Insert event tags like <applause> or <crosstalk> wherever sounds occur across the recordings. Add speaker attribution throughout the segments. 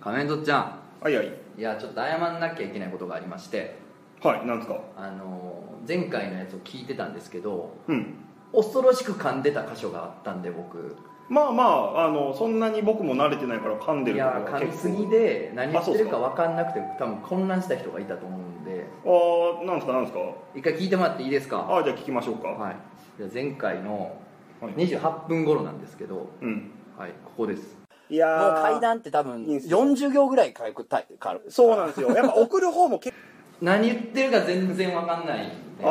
Speaker 1: 仮面とっちゃ
Speaker 2: はいはい
Speaker 1: んいやちょっと謝んなきゃいけないことがありまして
Speaker 2: はいなんですか
Speaker 1: あの前回のやつを聞いてたんですけど
Speaker 2: うん
Speaker 1: 恐ろしく噛んでた箇所があったんで僕
Speaker 2: まあまああのそんなに僕も慣れてないから噛んで
Speaker 1: い
Speaker 2: るとこ
Speaker 1: や
Speaker 2: ろが
Speaker 1: 噛み
Speaker 2: 結
Speaker 1: すぎ
Speaker 2: 構
Speaker 1: で何言ってるか
Speaker 2: あ
Speaker 1: 分かんなくて多分混乱した人がいたと思うんで
Speaker 2: ああなんですかなんですか
Speaker 1: 一回聞いてもらっていいですか
Speaker 2: ああじゃあ聞きましょうか
Speaker 1: はいじゃあ前回の
Speaker 2: はい
Speaker 1: 28分頃なんですけど
Speaker 2: うん
Speaker 1: はいここです
Speaker 2: いや
Speaker 3: もう
Speaker 2: ー
Speaker 3: 階段って多分
Speaker 2: いいんすよ
Speaker 3: 40行ぐらいかくたかる
Speaker 2: そうなんですよやっぱ送る方も結
Speaker 1: 何言ってるか全然分かんないんで
Speaker 2: 構 <laughs>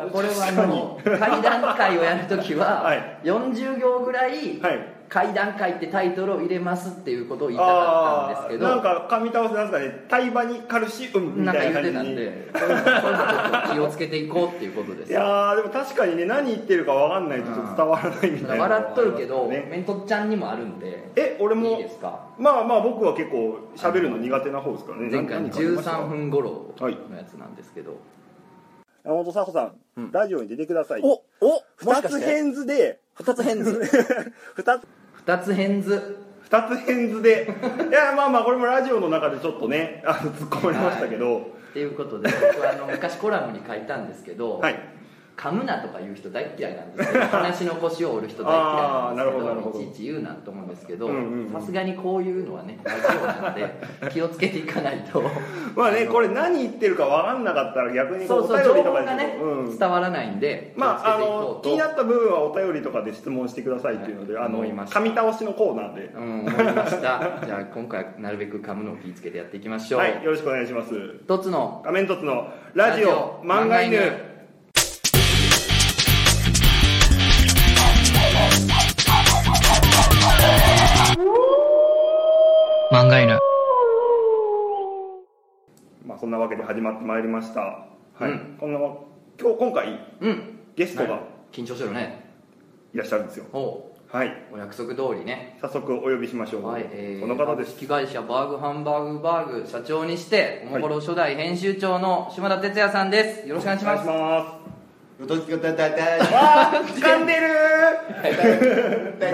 Speaker 2: ああ
Speaker 1: これはあ
Speaker 2: 確かに
Speaker 1: の階段階をやるときは、
Speaker 2: はい
Speaker 1: 40行ぐらい
Speaker 2: はい
Speaker 1: 「階段階」ってタイトルを入れますっていうことを言いたかったんですけど
Speaker 2: あーなんか噛み倒せなんですかねタイバにカルシウムみ
Speaker 1: なんか
Speaker 2: た
Speaker 1: 言
Speaker 2: い
Speaker 1: って
Speaker 2: な
Speaker 1: た
Speaker 2: 感じ
Speaker 1: ん
Speaker 2: に
Speaker 1: でそういうのちょっと気をつけていこうっていうことです
Speaker 2: いやーでも確かにね何言ってるかわかんないとちょっと伝わらないみたいな
Speaker 1: 笑っとるけど、
Speaker 2: ね
Speaker 1: メントちゃんにもあるんで
Speaker 2: え俺
Speaker 1: いい
Speaker 2: も
Speaker 1: ですか
Speaker 2: まあまあ僕は結構喋るの苦手な方ですからね
Speaker 1: 前回
Speaker 2: 何
Speaker 1: の
Speaker 2: かありました
Speaker 1: 13分頃
Speaker 2: はい
Speaker 1: のやつなんですけど、
Speaker 4: 山本佐穂さん、ラジオに出てください
Speaker 3: おおもし
Speaker 4: 2
Speaker 3: か
Speaker 4: つ
Speaker 3: して
Speaker 4: 変図で
Speaker 3: 2つ変図
Speaker 4: 2つ
Speaker 1: 2つ変図
Speaker 2: 2つ変図で <laughs> いやまあまあこれもラジオの中でちょっとねあの突っ込まれましたけど
Speaker 1: っていうことで僕はあの昔コラムに書いたんですけど、
Speaker 2: はい、
Speaker 1: 噛むなとか言う人大っ嫌いなんですけど話の腰を折る人大嫌いなんです
Speaker 2: あーなるほどなる
Speaker 1: け
Speaker 2: ほ
Speaker 1: ど
Speaker 2: ど
Speaker 1: いちいち言うなと思うんですけど
Speaker 2: うんうんうん
Speaker 1: さすがにこういうのはねラジオなので気をつけていかない
Speaker 2: <laughs>
Speaker 1: と
Speaker 2: まあねこれ何言ってるかわかんなかったら逆にこ
Speaker 1: そうう
Speaker 2: お
Speaker 1: そう
Speaker 2: 便
Speaker 1: 情
Speaker 2: りと
Speaker 1: 報
Speaker 2: かで
Speaker 1: がね、
Speaker 2: うん
Speaker 1: 伝わらないんで気をつ
Speaker 2: ま
Speaker 1: け
Speaker 2: ああ
Speaker 1: ていこ
Speaker 2: の
Speaker 1: うと
Speaker 2: 気になった部分はお便りとかで質問してくださいっていうので、
Speaker 1: はい
Speaker 2: あの
Speaker 1: 思いました
Speaker 2: 噛み倒しのコーナーで、
Speaker 1: うん、思いましたじゃあ今回はなるべく噛むのを気をつけてやっていきましょう、
Speaker 2: はいよろしくお願いします
Speaker 1: 一つの
Speaker 2: 画面凸のラジオ漫画犬
Speaker 5: 漫画犬
Speaker 2: まあそんなわけで始まってまいりましたはい、
Speaker 1: うん
Speaker 2: こんなわ今日今回
Speaker 1: うん
Speaker 2: ゲストが
Speaker 1: 緊張してるね
Speaker 2: いらっしゃるんですよ
Speaker 1: おお
Speaker 2: はい
Speaker 1: お約束通りね
Speaker 2: 早速お呼びしましょう、
Speaker 1: はい、えー、
Speaker 2: この方です
Speaker 1: 株式会社バーグハンバーグバーグ社長にしておもころ初代編集長の島田哲也さんですよろしくお願いします、
Speaker 6: うとつくたたた
Speaker 2: <laughs> 噛んでる
Speaker 6: た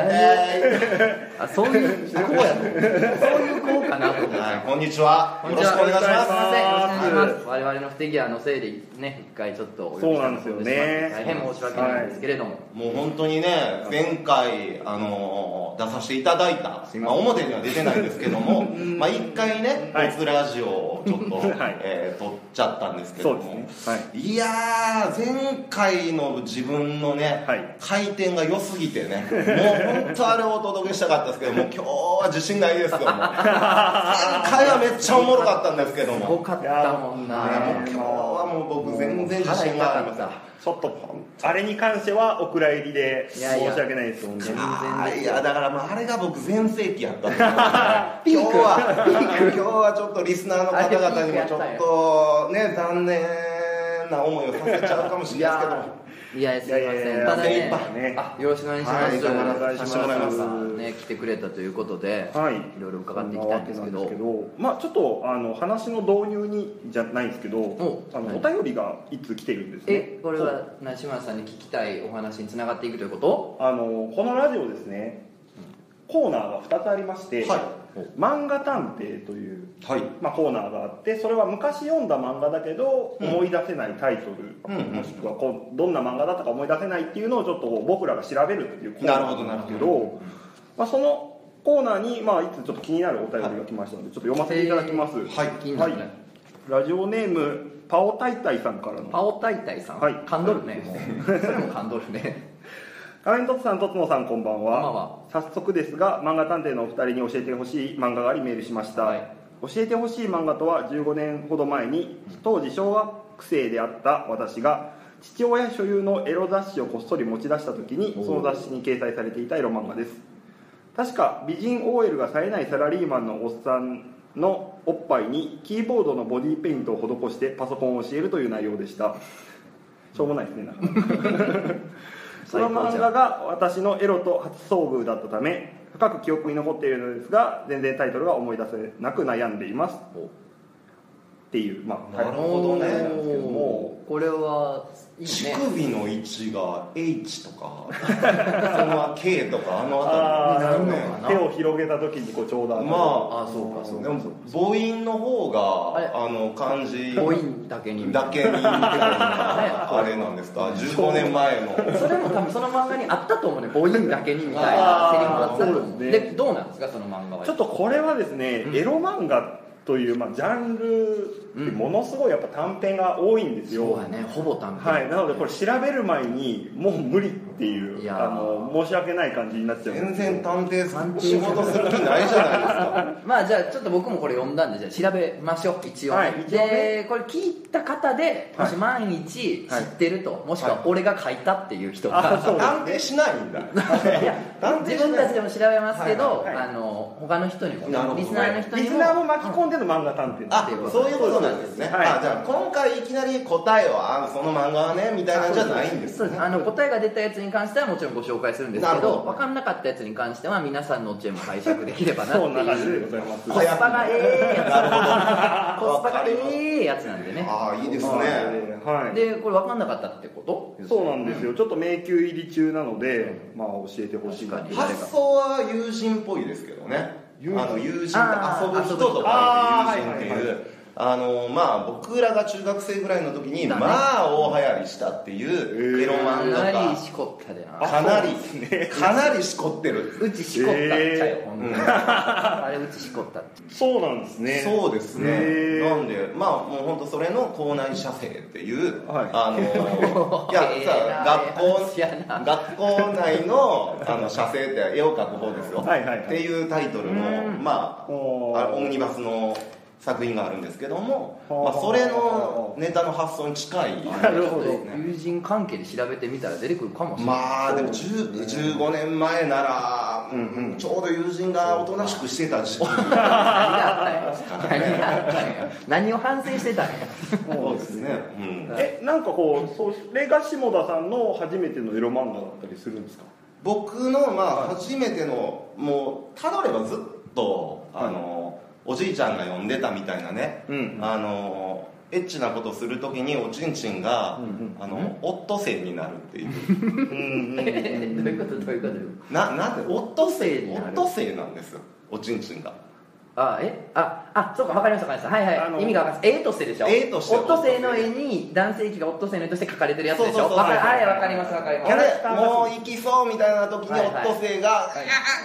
Speaker 6: た
Speaker 1: あそういうこうやとそういうこうかなと思って
Speaker 6: はいこんにちは
Speaker 1: こん
Speaker 6: よ
Speaker 1: にち
Speaker 6: ろし
Speaker 1: は
Speaker 6: くお願いします
Speaker 1: すいませんよろしくお願いします
Speaker 2: は
Speaker 1: 我々の不手際のせいでね一回ちょっとお呼びしたところ
Speaker 2: そうなんですよね
Speaker 1: しまって大変申し訳ないんですけれども、
Speaker 6: もう本当にね前回あのー出させていただいた
Speaker 1: すいません
Speaker 6: まあ表には出てないんですけどもまあ一回ね
Speaker 2: はい
Speaker 6: 「つラジオ」をちょっと
Speaker 2: はい
Speaker 6: えー撮っちゃったんですけ
Speaker 2: そ
Speaker 6: ど
Speaker 2: うです
Speaker 6: も
Speaker 2: ねはい
Speaker 6: いやー前回の自分のね、
Speaker 2: はい
Speaker 6: 回転が良すぎてねもう本当あれをお届けしたかったですけどもう今日は自信ないですよもう前回はめっちゃおもろかったんですけど
Speaker 1: す
Speaker 6: も
Speaker 1: ごかったもん
Speaker 6: いやもう
Speaker 1: な
Speaker 6: 今日はもう僕全然自信がありません
Speaker 2: ちょっとあれに関してはお蔵入りで
Speaker 1: い
Speaker 2: 申し
Speaker 1: やいや
Speaker 2: 訳ないです
Speaker 1: 全然
Speaker 6: あ
Speaker 1: で
Speaker 6: ー
Speaker 1: す
Speaker 6: い
Speaker 1: よ
Speaker 6: やだからもうあれが僕全盛期やったん
Speaker 1: <laughs>
Speaker 6: ですよ今日は今日はちょっとリスナーの方々にもちょっとね残念な思いをさせちゃうかもしれないですけども
Speaker 1: いやすいません
Speaker 2: いやいやいや
Speaker 1: ただ
Speaker 6: 精一
Speaker 1: ね
Speaker 6: 杯
Speaker 2: ね
Speaker 1: あよろしくお願いしま
Speaker 6: はい
Speaker 1: す、
Speaker 6: 頑張ら
Speaker 2: さ
Speaker 6: せてもらいます
Speaker 1: ね来てくれたということで、
Speaker 2: はい
Speaker 1: ろいろ伺っていきたいんですけど
Speaker 2: そなわなんですけどまあちょっとあの話の導入にじゃないんですけど
Speaker 1: お
Speaker 2: あの
Speaker 1: はい
Speaker 2: お便りがいつ来てるんですね
Speaker 1: えこれ
Speaker 2: そう
Speaker 1: はな島田さんに聞きたいお話につながっていくということ
Speaker 2: あのこのラジオですねコーナーが2つありまして、
Speaker 6: はい
Speaker 2: 漫画探偵という、
Speaker 6: はい
Speaker 2: まあ、コーナーがあってそれは昔読んだ漫画だけど思い出せないタイトル、
Speaker 6: うんうん
Speaker 2: もしくはこうどんな漫画だったか思い出せないっていうのをちょっと僕らが調べるっていうコーナーなんですけど
Speaker 6: な
Speaker 2: まあ、そのコーナーに、まあ、いつちょっと気になるお便りが来ましたので、ちょっと読ませていただきます、
Speaker 6: はい
Speaker 1: 気になるね
Speaker 2: ラジオネームパオタイタイさんからの
Speaker 1: パオタイタイさん、
Speaker 2: はい
Speaker 1: 噛んどるねもうそれも噛んどるね
Speaker 2: 画面とつさんとつのさんこんばんは
Speaker 1: こんばんは
Speaker 2: 早速ですが漫画探偵のお二人に教えてほしい漫画がありメールしました、
Speaker 1: はい
Speaker 2: 教えてほしい漫画とは15年ほど前に当時小学生であった私が父親所有のエロ雑誌をこっそり持ち出した時にその雑誌に掲載されていたエロ漫画です確か美人 OL が冴えないサラリーマンのおっさんのおっぱいにキーボードのボディーペイントを施してパソコンを教えるという内容でしたしょうもないですねなかなかその漫画が私のエロと初遭遇だったため深く記憶に残っているのですが全然タイトルが思い出せなく悩んでいますっていうまあ、
Speaker 6: なる
Speaker 2: は
Speaker 6: ほどねなんですけども
Speaker 1: おーこれはいい
Speaker 6: 乳
Speaker 1: ね
Speaker 6: 首の位置が H とかその K とかあの
Speaker 2: あーなる
Speaker 6: 辺
Speaker 2: ほど
Speaker 6: りですよね
Speaker 2: い、手を広げた時にこうちょうど
Speaker 6: ま
Speaker 2: あの
Speaker 6: あ
Speaker 1: あそうかそう
Speaker 6: で
Speaker 1: か
Speaker 6: も母音の方
Speaker 1: あれ
Speaker 6: があの漢字
Speaker 1: 母音だけに
Speaker 6: だけに似てるのがあれなんですか15年前の
Speaker 1: それも多分その漫画にあったと思うね母音だけにみたいなセリフがあ
Speaker 2: あ
Speaker 1: っ
Speaker 2: ー
Speaker 1: たと思
Speaker 2: そうう
Speaker 1: で,、
Speaker 2: ですね
Speaker 1: どうなんですかその漫画は
Speaker 2: ちょっとこれはですね、エロ漫画という、まあ、ジャンルってものすごいやっぱ短編が多いんですよ、
Speaker 1: そうやねほぼ単
Speaker 2: はい、なのでこれ調べる前にもう無理っていう
Speaker 1: いやー
Speaker 2: あの申し訳ない感じになっちゃうんで
Speaker 6: 全
Speaker 2: すけど
Speaker 6: 然探
Speaker 1: 探偵
Speaker 6: 偵仕事する気ないじゃないですか
Speaker 1: まあじゃあちょっと僕もこれ読んだんでじゃあ調べましょう一応、
Speaker 2: はい一応ね
Speaker 1: でこれ聞いた方でもし万一知ってると、もしくは俺が書いたっていう人が、
Speaker 2: あそう
Speaker 6: 探偵しないんだ
Speaker 1: いや
Speaker 6: なんで
Speaker 1: 自分たちでも調べますけど、
Speaker 2: はいはい
Speaker 1: あの他の人にも、
Speaker 6: なるほどね
Speaker 1: リスナーの人
Speaker 2: リ
Speaker 1: に
Speaker 2: ス
Speaker 1: も
Speaker 2: ナーも巻き込んでの漫画探偵
Speaker 6: あそういうことなんですね、
Speaker 2: はい
Speaker 6: あじゃあ今回いきなり答えはあその漫画はねみたいなんじゃないんです
Speaker 1: そう
Speaker 6: ね
Speaker 1: ですあの答えが出たやつに関してはもちろんご紹介するんです
Speaker 6: な
Speaker 1: け
Speaker 6: る
Speaker 1: ど
Speaker 6: ほど
Speaker 1: 分かんなかったやつに関しては皆さんの知恵も解釈できればなって
Speaker 2: そんな感じ
Speaker 1: い
Speaker 2: で
Speaker 1: う
Speaker 2: ございます
Speaker 1: コスパがええやつコスパが
Speaker 6: わかります
Speaker 1: ええやつなんでね
Speaker 6: ああいいです
Speaker 2: はい
Speaker 6: ね
Speaker 2: はい
Speaker 1: でこれ分かんなかったってこと
Speaker 2: そうなんですよ、ちょっと迷宮入り中なので、まあ、教えてほしいな
Speaker 1: 確かに
Speaker 6: 発想は友人っぽいですけどね
Speaker 2: 友人
Speaker 6: あの友人
Speaker 1: あー
Speaker 6: と遊ぶ人とか
Speaker 2: あ
Speaker 6: い
Speaker 2: ー
Speaker 6: て友人
Speaker 2: は
Speaker 6: って
Speaker 2: い
Speaker 6: い
Speaker 2: はいう
Speaker 6: あのまあ僕らが中学生ぐらいの時に
Speaker 1: だね
Speaker 6: まあ大流行りしたっていうエロ漫画
Speaker 1: かなり
Speaker 6: が
Speaker 1: しこったでな
Speaker 6: かなりかなりしこってる
Speaker 1: うちしこったっちゃうよ、
Speaker 2: えー
Speaker 1: ほんとにあれうちしこったっちゃ
Speaker 2: そうなんですね
Speaker 6: そうですね、
Speaker 2: へー
Speaker 6: なんでまあもう本当それの校内写生っていう、
Speaker 2: はい
Speaker 6: あのい
Speaker 1: ええ
Speaker 6: やさ
Speaker 1: な
Speaker 6: 学
Speaker 1: ええ話やな
Speaker 6: 校学校内のあの写生って絵を描く方ですよ、
Speaker 2: はいはいはい
Speaker 6: っていうタイトルの
Speaker 1: うん
Speaker 6: まあ
Speaker 2: お
Speaker 6: あ
Speaker 2: ー
Speaker 6: オンニバスの作品があるんですけども、
Speaker 2: はあ
Speaker 6: まあ、それのネタの発想に近い
Speaker 1: あ
Speaker 2: なるほど
Speaker 1: ちょっと友人関係で調べてみたら出てくるかもしれない、
Speaker 6: まあでも10 15年前なら、うんうんちょうど友人がおとなしくしてた時期
Speaker 1: 何があったんや何があったんや何を反省してたんや
Speaker 6: そうですね、うん、
Speaker 2: えなんかこうそれが下田さんの初めてのエロ漫画だったりするんですか
Speaker 6: 僕のまあ初めてのもうたどればずっとあのおじいちゃんが呼んでたみたいなね
Speaker 2: うん
Speaker 6: あのエッチなことするときにおちんちんがあのオットセイになるっていう
Speaker 2: うんうん
Speaker 1: どういうことどういうことどういうこ
Speaker 6: <laughs> ななんてオットセイ
Speaker 1: に
Speaker 6: オ
Speaker 1: なる
Speaker 6: ットセイなんですよおちんちんが
Speaker 1: とあえああそうか分かりました分かりましたは
Speaker 2: あ
Speaker 1: いは
Speaker 2: の
Speaker 1: い意味が分かりました「え」としてでしょ
Speaker 6: えとして
Speaker 1: オットセイの絵に男性器がオットセイの絵として描かれてるやつでしょ
Speaker 6: そうそうそう
Speaker 1: わかる
Speaker 6: はい
Speaker 1: はい分かります分かりま
Speaker 6: これ
Speaker 1: す
Speaker 6: もう行きそうみたいな時に
Speaker 1: はい
Speaker 6: オ
Speaker 1: はい
Speaker 6: ットセイが「あ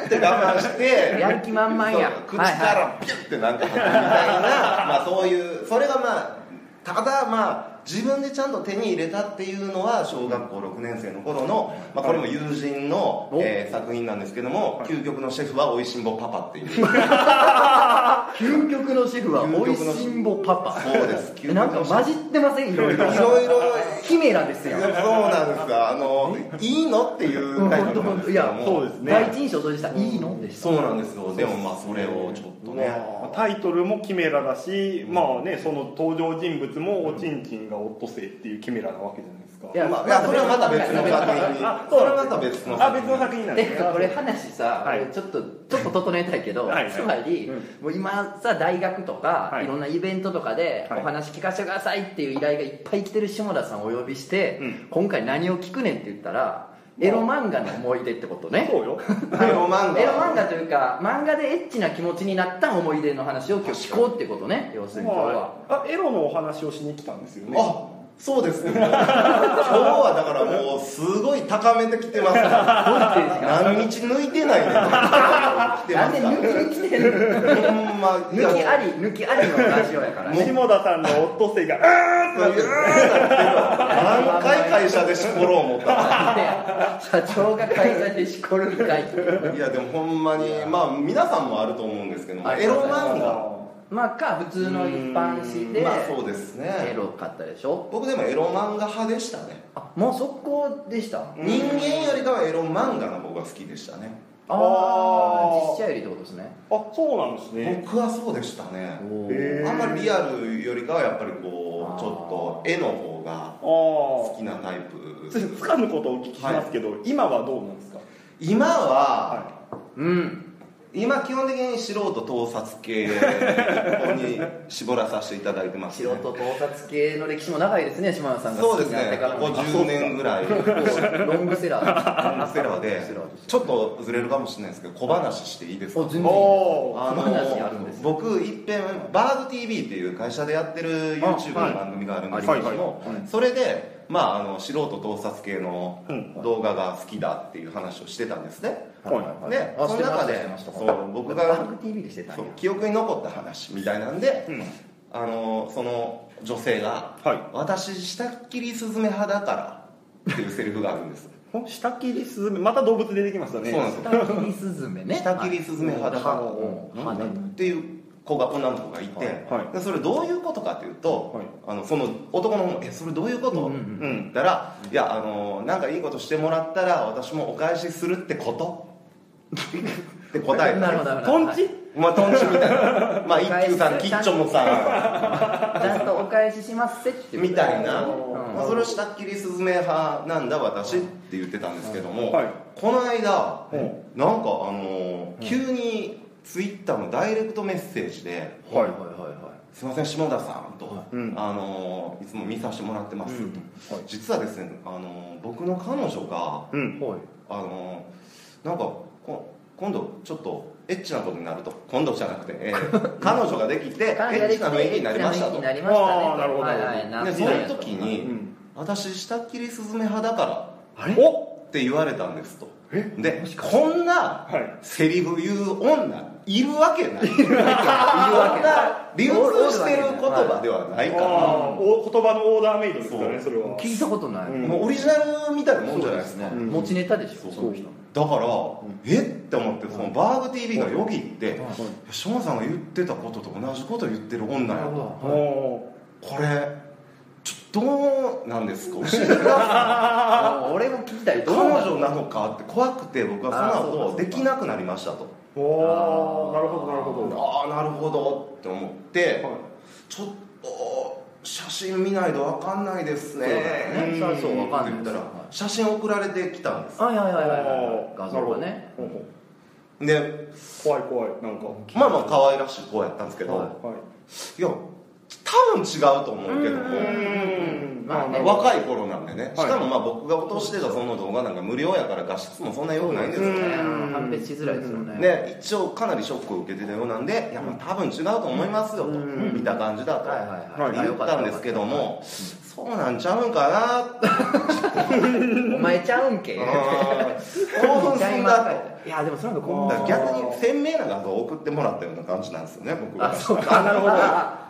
Speaker 6: ーって我慢して
Speaker 1: やる気満々や
Speaker 6: そう口
Speaker 1: はい
Speaker 6: か
Speaker 1: は
Speaker 6: らピュッてなんか吐くみたいなまあそういうそれがまあただまあ自分でちゃんと手に入れたっていうのは小学校6年生の頃の、まあ、これも友人の、
Speaker 1: お
Speaker 6: えー作品なんですけども「究極のシェフはおいしんぼパパ」っていう
Speaker 1: 究極のシェフはおいしんぼパパ
Speaker 6: そうです究極のシェフ
Speaker 1: なんか混じってませんいろいろ
Speaker 6: いろいろ
Speaker 1: ヒメラです
Speaker 6: そう
Speaker 1: よ
Speaker 6: なんですかあのいいのっていうタイトルなんですけど
Speaker 1: いや
Speaker 2: そうで
Speaker 6: も
Speaker 2: すね
Speaker 1: 第一印象そうでしたいいのでした
Speaker 6: そうなんですよでもまあそれをちょっとね
Speaker 2: まあタイトルもキメラだし、まあねその登場人物もおちんちんがオットセイっていうキメラなわけじゃないですか
Speaker 1: いや
Speaker 6: まあ、いやそれはまた別の作品に
Speaker 2: あ
Speaker 6: それはまた別の
Speaker 2: あ別の作品なん
Speaker 1: え
Speaker 2: で
Speaker 1: っ
Speaker 2: すね
Speaker 1: とこれ話さ、
Speaker 2: はい
Speaker 1: 俺ちょっとちょっと整えたいけど、
Speaker 2: はいはい
Speaker 1: つまり、
Speaker 2: うん
Speaker 1: もう今さ大学とか、
Speaker 2: はい
Speaker 1: い、ろんなイベントとかで、
Speaker 2: はい
Speaker 1: お話聞かせてくださいっていう依頼がいっぱい来てる下田さんをお呼びして、
Speaker 2: うん
Speaker 1: 今回何を聞くねんって言ったらエロ漫画の思い出ってことね
Speaker 2: そうよ
Speaker 6: エロ漫画
Speaker 1: エロ漫画というか漫画でエッチな気持ちになった思い出の話を今日聞こうってことね要するに今日は、
Speaker 2: まああエロのお話をしに来たんですよね
Speaker 6: あそうですね今日はだからもうすごい高めてきてますから
Speaker 1: ボルテージが
Speaker 6: 何日抜いてないね来て
Speaker 1: な
Speaker 6: ま
Speaker 1: んです
Speaker 6: から
Speaker 1: 抜きに来てんの
Speaker 6: ほんま
Speaker 1: 抜きあり抜きありのラジオやからね
Speaker 2: 下田さんのオットセイがあーってなってる
Speaker 6: 何回会社でしころう思った
Speaker 1: 社長が会社でしこるみたい
Speaker 6: のいやでもほんまにまあ皆さんもあると思うんですけども
Speaker 1: はい
Speaker 6: エロ漫画
Speaker 1: まあか普通の一般紙で
Speaker 6: まあそうです
Speaker 1: エ
Speaker 6: ね
Speaker 1: ロかったでしょ
Speaker 6: 僕でもエロ漫画派でしたね
Speaker 1: あもう速攻でしたあ
Speaker 6: 人間よりかはエロ漫画の方が好きでしたね
Speaker 1: あ実写よりってことですね
Speaker 2: あそうなんですね
Speaker 6: 僕はそうでしたね
Speaker 1: お
Speaker 2: へー
Speaker 6: あんまりリアルよりかはやっぱりこ
Speaker 1: あー
Speaker 6: うちょっと絵の方が好
Speaker 2: あ
Speaker 6: きなタイ
Speaker 2: あ
Speaker 6: プ
Speaker 2: つ
Speaker 1: <laughs>
Speaker 2: つかぬことをお聞きしますけど、今はどうなんですか
Speaker 6: 今は
Speaker 2: は
Speaker 1: うん
Speaker 6: 今基本的に素人盗撮系に絞らさせていただいてます、ね
Speaker 1: 素、人盗撮系の歴史も長いですね島野さんが
Speaker 6: そ
Speaker 1: 好
Speaker 6: うで
Speaker 1: きに
Speaker 6: す
Speaker 1: なって
Speaker 6: ね
Speaker 1: からも
Speaker 6: 50年ぐらい
Speaker 1: ロングセラー
Speaker 6: アステラでちょっとずれるかもしれないですけど小話していいですか
Speaker 1: お全然
Speaker 2: お
Speaker 1: あ
Speaker 6: あ
Speaker 1: の
Speaker 6: の
Speaker 1: 話あるんですよ
Speaker 6: 僕いっぺんバーズ TV っていう会社でやってる YouTube の番組があるんですけども、それで、まあ、あの素人盗撮系の動画が好きだっていう話をしてたんですね、
Speaker 2: はい
Speaker 6: で
Speaker 1: あ
Speaker 6: その中
Speaker 1: して
Speaker 6: で
Speaker 1: ましたして
Speaker 6: そ
Speaker 1: ました
Speaker 6: う僕
Speaker 1: バン
Speaker 6: が
Speaker 1: ク TV でしてたん
Speaker 6: そ
Speaker 1: や
Speaker 6: う記憶に残った話みたいなんで、あのその女性が
Speaker 2: はい
Speaker 6: 私下っきりスズメ派だから」っていうセリフがあるんです
Speaker 2: ほ下切りスズメまた動物出てきましたね
Speaker 6: そうなんですよ
Speaker 1: 下切りスズメね
Speaker 6: 下切りスズメ派だから
Speaker 1: うん派ね
Speaker 6: っていう子が女の子がいて、
Speaker 2: はい
Speaker 6: でそれどういうことかっていうと、
Speaker 2: はい
Speaker 6: あのその男の方も「えそれどういうこと
Speaker 1: うんうん
Speaker 2: うん
Speaker 6: 言ったら「いやあのなんかいいことしてもらったら私もお返しするってこと」
Speaker 1: <laughs>
Speaker 6: って答えた
Speaker 1: なるほどなるほ
Speaker 2: ト
Speaker 1: ど
Speaker 2: ンチ
Speaker 6: まあトンチみたいなまあ一休さんキッチョもさん
Speaker 1: はいちゃんとお返ししますせっていう
Speaker 6: みたいな、
Speaker 1: うん
Speaker 6: まあ、それを下っきりスズメ派なんだ私って言ってたんですけども、
Speaker 2: はい
Speaker 6: この間、
Speaker 2: うん
Speaker 6: なんかあの急にツイッターのダイレクトメッセージで「
Speaker 1: はいはいは
Speaker 6: すいません下田さん」と、
Speaker 2: うん
Speaker 6: あのいつも見させてもらってます」
Speaker 1: うん
Speaker 6: と、実はですねあの僕の彼女が
Speaker 2: う
Speaker 1: い
Speaker 2: ん
Speaker 1: はい
Speaker 6: あのなんかこ今度ちょっとエッチなことになると今度じゃなくて、えー彼女ができてエッチな雰囲気になりましたと
Speaker 1: なりましたね
Speaker 2: あーなるほど
Speaker 1: はいはいな
Speaker 6: でその時に、
Speaker 2: うん
Speaker 6: 私下っきりスズメ派だから
Speaker 1: あれ
Speaker 2: お
Speaker 6: って言われたんですと
Speaker 2: え
Speaker 6: でこんな
Speaker 2: は
Speaker 6: セリフ言う女いるわけないいる
Speaker 1: わ
Speaker 6: わ
Speaker 1: けない
Speaker 6: けない流通してる言葉ではない
Speaker 2: あ
Speaker 6: か
Speaker 2: ー
Speaker 6: ら
Speaker 2: お言葉のオーダーメイドですからね
Speaker 6: そう
Speaker 2: それは
Speaker 1: 聞いたことない、
Speaker 2: うん
Speaker 6: もうオリジナルみたいなもんじゃないですか
Speaker 1: ね持ちネタでしょ
Speaker 6: そう
Speaker 1: その人
Speaker 6: だから、えって思ってそのバーグ TV がよぎって翔さんが言ってたことと同じこと言ってる女
Speaker 1: な
Speaker 6: や
Speaker 1: るほ
Speaker 6: こ
Speaker 1: ど
Speaker 2: お
Speaker 6: れちょっとどうなんですか教えてくだ
Speaker 1: <laughs>
Speaker 6: さ
Speaker 1: あー俺も聞きたい
Speaker 6: い彼女なのかって怖くて僕はその
Speaker 1: あーそう
Speaker 6: 後
Speaker 1: かそうか
Speaker 6: できなくなりましたと
Speaker 2: ーおーなるほどなるほど
Speaker 6: ああなるほどって思って、
Speaker 2: はい
Speaker 6: ちょっと写真見ないと分かんないですね
Speaker 1: そうだよねそうそう分かんない
Speaker 6: って言った
Speaker 1: はい
Speaker 6: ら写真送られてきたんです
Speaker 1: はいはいはいはいは
Speaker 2: お
Speaker 1: い
Speaker 2: ー
Speaker 1: 画像がね
Speaker 2: ほうほう
Speaker 6: で
Speaker 2: 怖い怖いなんか
Speaker 6: まあまあ可愛らしい子やったんですけど、
Speaker 1: はい
Speaker 2: はい
Speaker 6: いや多分違うと思うけども
Speaker 2: うん
Speaker 1: まあね
Speaker 6: 若い頃なんでね、
Speaker 2: はい
Speaker 6: しかもまあ僕が落としてたその動画なんか無料やから画質もそんな良くないんですよ
Speaker 1: いや
Speaker 6: ね
Speaker 1: ー判別しづらいですよね
Speaker 6: で一応かなりショックを受けてたようなんでいやまあ多分違うと思いますよと
Speaker 2: うん
Speaker 6: 見た感じだと
Speaker 1: はいはいはい
Speaker 6: 言ったんですけどもそうなんちゃうんかなって
Speaker 1: お前ちゃうんけ
Speaker 6: <laughs> 興奮するんだと
Speaker 1: いやでもそれなんかこん
Speaker 6: だから逆に鮮明な画像を送ってもらったような感じなんですよね僕
Speaker 1: あ
Speaker 6: が
Speaker 1: そうかなるほど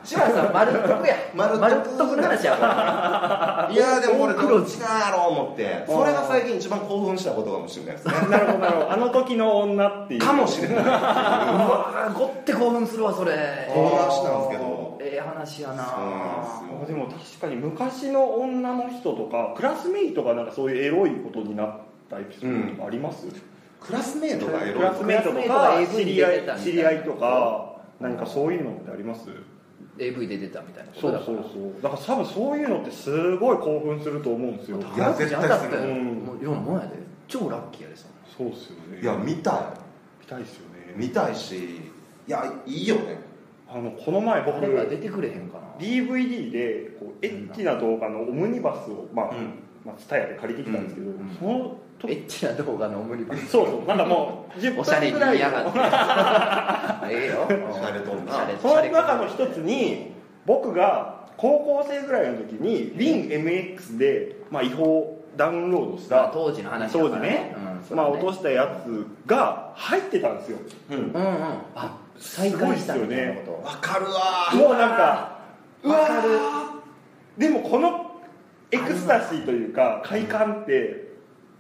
Speaker 1: 志村さん丸っとくや
Speaker 6: 丸っとく
Speaker 1: 丸っとくの話やから
Speaker 6: いやでも俺
Speaker 1: 黒
Speaker 6: どっちだろう思ってそれが最近一番興奮したことかもしれないですね
Speaker 2: なるほどなるほどあの時の女っていう
Speaker 6: かもしれない
Speaker 1: あーごって興奮するわそれ
Speaker 6: 興奮はしたんですけど
Speaker 1: ええ話やな
Speaker 6: そうなんですよ
Speaker 2: あでも確かに昔の女の人とかクラスメイトがなんかそういうエロいことになったエピソードとかあります、
Speaker 6: クラスメートがエ
Speaker 2: ク
Speaker 6: ロい
Speaker 2: ラスメイトと
Speaker 1: クラスメイ
Speaker 2: か
Speaker 1: トが AV
Speaker 2: 知
Speaker 1: に
Speaker 2: り合
Speaker 1: 出て
Speaker 2: い
Speaker 1: たみたいな
Speaker 2: 知り合いとか何かそういうのってあります
Speaker 1: AV で出たみたいなこと
Speaker 2: そう
Speaker 1: だか
Speaker 2: そ
Speaker 1: ら
Speaker 2: うそうだから多分そういうのってすごい興奮すると思うんですよ
Speaker 6: いや絶対する
Speaker 1: 当たったよ
Speaker 2: うん
Speaker 1: もうようなもんやで超ラッキーやでさ
Speaker 2: そうっすよね
Speaker 6: いや見た
Speaker 2: 見たいっすよ
Speaker 6: い
Speaker 2: ね
Speaker 6: 見たいしいやいいよね
Speaker 2: あのこの前僕
Speaker 1: あれが出てくれへんかな
Speaker 2: DVD でこうエッチな動画のオムニバスをまあ、
Speaker 6: うん
Speaker 2: まあ、ツタヤで借りてきたんですけど、
Speaker 1: ん
Speaker 2: その
Speaker 1: エッチな動画の無理ば
Speaker 2: そうそうなんかもう10
Speaker 1: おしゃれに
Speaker 2: 分ぐ
Speaker 1: 見
Speaker 2: らい
Speaker 1: やが
Speaker 6: <laughs>
Speaker 1: ってええよ
Speaker 6: おしゃれとんな
Speaker 1: おしゃれ
Speaker 2: その中の一つに僕が高校生ぐらいの時に WinMX で、まあ、違法ダウンロードし
Speaker 1: まあ
Speaker 2: た、
Speaker 1: 当時の話だ
Speaker 2: 当
Speaker 1: か
Speaker 2: 時
Speaker 1: ら
Speaker 2: ね、
Speaker 1: うん
Speaker 2: まあ、
Speaker 1: そうだ
Speaker 2: 落としたやつが入ってたんですよ
Speaker 6: うん
Speaker 1: うんうんあ再開したみたいなこ
Speaker 6: わかるわ
Speaker 2: もうなんか
Speaker 6: うわー
Speaker 2: でもこのエクスタシーというか快感って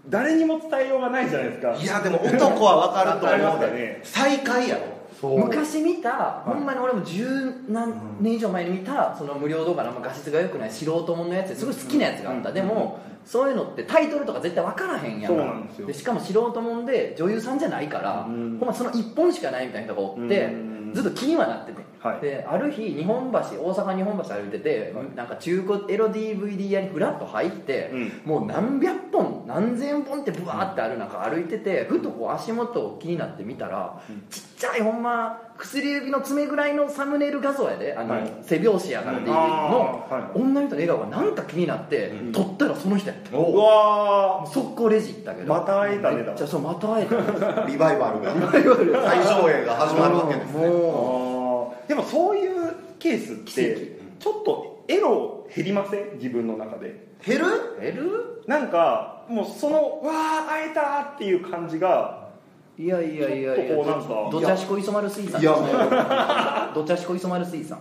Speaker 2: 誰にも伝えようがないじゃないですか
Speaker 6: いやでも男はわかると
Speaker 2: わかりま
Speaker 6: 思う
Speaker 2: す
Speaker 6: で
Speaker 2: かね
Speaker 6: 最下位やろ
Speaker 2: そ
Speaker 1: と昔見たほんまに俺も十何年以上前に見たその無料動画のあんま画質が良くない素人もんのやつですごい好きなやつがあったでもそういうのってタイトルとか絶対分からへんや
Speaker 2: そうなんですよ
Speaker 1: しかも素人もんで女優さんじゃないから、
Speaker 2: うん
Speaker 1: ほんまその一本しかないみたいな人がおって、
Speaker 2: うん
Speaker 1: ずっと気にはなってて、
Speaker 2: はい
Speaker 1: である日日本橋大阪日本橋歩いてて、なんか中古エロ DVD 屋にフラッと入って、
Speaker 2: うん
Speaker 1: もう何百本何千本ってブワーってある中歩いててふとこう足元を気になって見たら、ちっちゃいほんま薬指の爪ぐらいのサムネイル画像やであの、
Speaker 2: はい
Speaker 1: 背拍子やから DVD の、
Speaker 2: あー
Speaker 1: 女の人の笑顔がなんか気になって、撮ったらその人やった
Speaker 6: お
Speaker 2: うわ
Speaker 1: 速攻レジ行ったけど
Speaker 2: また会えたねだ
Speaker 1: めっちゃそうまた会
Speaker 2: <laughs>
Speaker 1: えたね
Speaker 6: リバイバルが最上映が始まるわけですね
Speaker 2: ーあーでもそういうケースってちょっとエロ減りません自分の中で
Speaker 6: 減る
Speaker 1: える
Speaker 2: なんかもうそのうわー会えたーっていう感じが
Speaker 1: いやいやいやいや
Speaker 2: ちょっとこうなん
Speaker 1: ど
Speaker 2: か
Speaker 1: どちゃしこいそまる水産
Speaker 6: いや
Speaker 1: です
Speaker 6: も
Speaker 1: ね
Speaker 6: う
Speaker 1: どちゃしこいそまる水産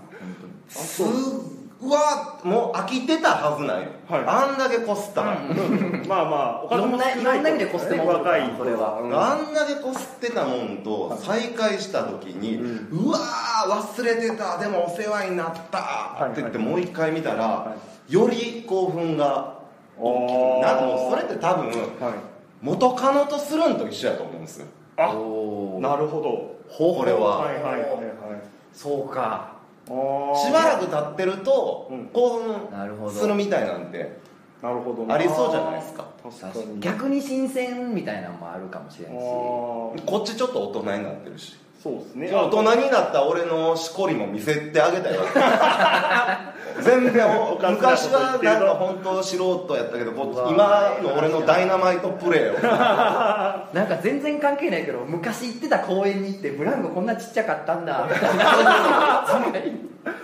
Speaker 6: すはもう飽きてたはずなんよ、
Speaker 2: はい
Speaker 6: あんだけこすったら、
Speaker 2: まあまあお金も少ない
Speaker 1: いろんないろんな意味でこすってもらう
Speaker 2: 若い人
Speaker 1: それは
Speaker 2: うん
Speaker 6: あんだけこすってたもんと再会した時に、うわー忘れてたでもお世話になったって言って
Speaker 2: はい
Speaker 6: もう一回見たら、
Speaker 2: は
Speaker 6: より興奮が大きく
Speaker 2: あー
Speaker 6: なるもうそれって多分
Speaker 2: はい
Speaker 6: 元カノとするんと一緒やと思うんですよ
Speaker 2: あ
Speaker 1: おー
Speaker 2: なるほど
Speaker 6: これは、
Speaker 2: はいはいはいはい
Speaker 1: そうか
Speaker 2: あ
Speaker 6: しばらく経ってると
Speaker 2: うん
Speaker 6: 興
Speaker 1: なるほど
Speaker 6: 奮するみたいなんて
Speaker 2: くなるほど
Speaker 6: ありそうじゃないですか
Speaker 2: 確かに
Speaker 1: 逆に新鮮みたいなのもあるかもしれ
Speaker 2: あ
Speaker 1: んし
Speaker 2: ー
Speaker 6: こっちちょっと大人になってるし
Speaker 2: そうですね
Speaker 6: 大人になった俺のしこりも見せてあげたよ
Speaker 1: <laughs>
Speaker 6: 全然お
Speaker 2: かしなこと言ってる
Speaker 6: 昔は
Speaker 2: ぞ
Speaker 6: なんか本当素人やったけどこ
Speaker 1: うわ
Speaker 6: 今の俺のダイナマイトプレーを
Speaker 1: なんか全然関係ないけど昔行ってた公園に行ってブランコこんなちっちゃかったんだ <laughs> みたいな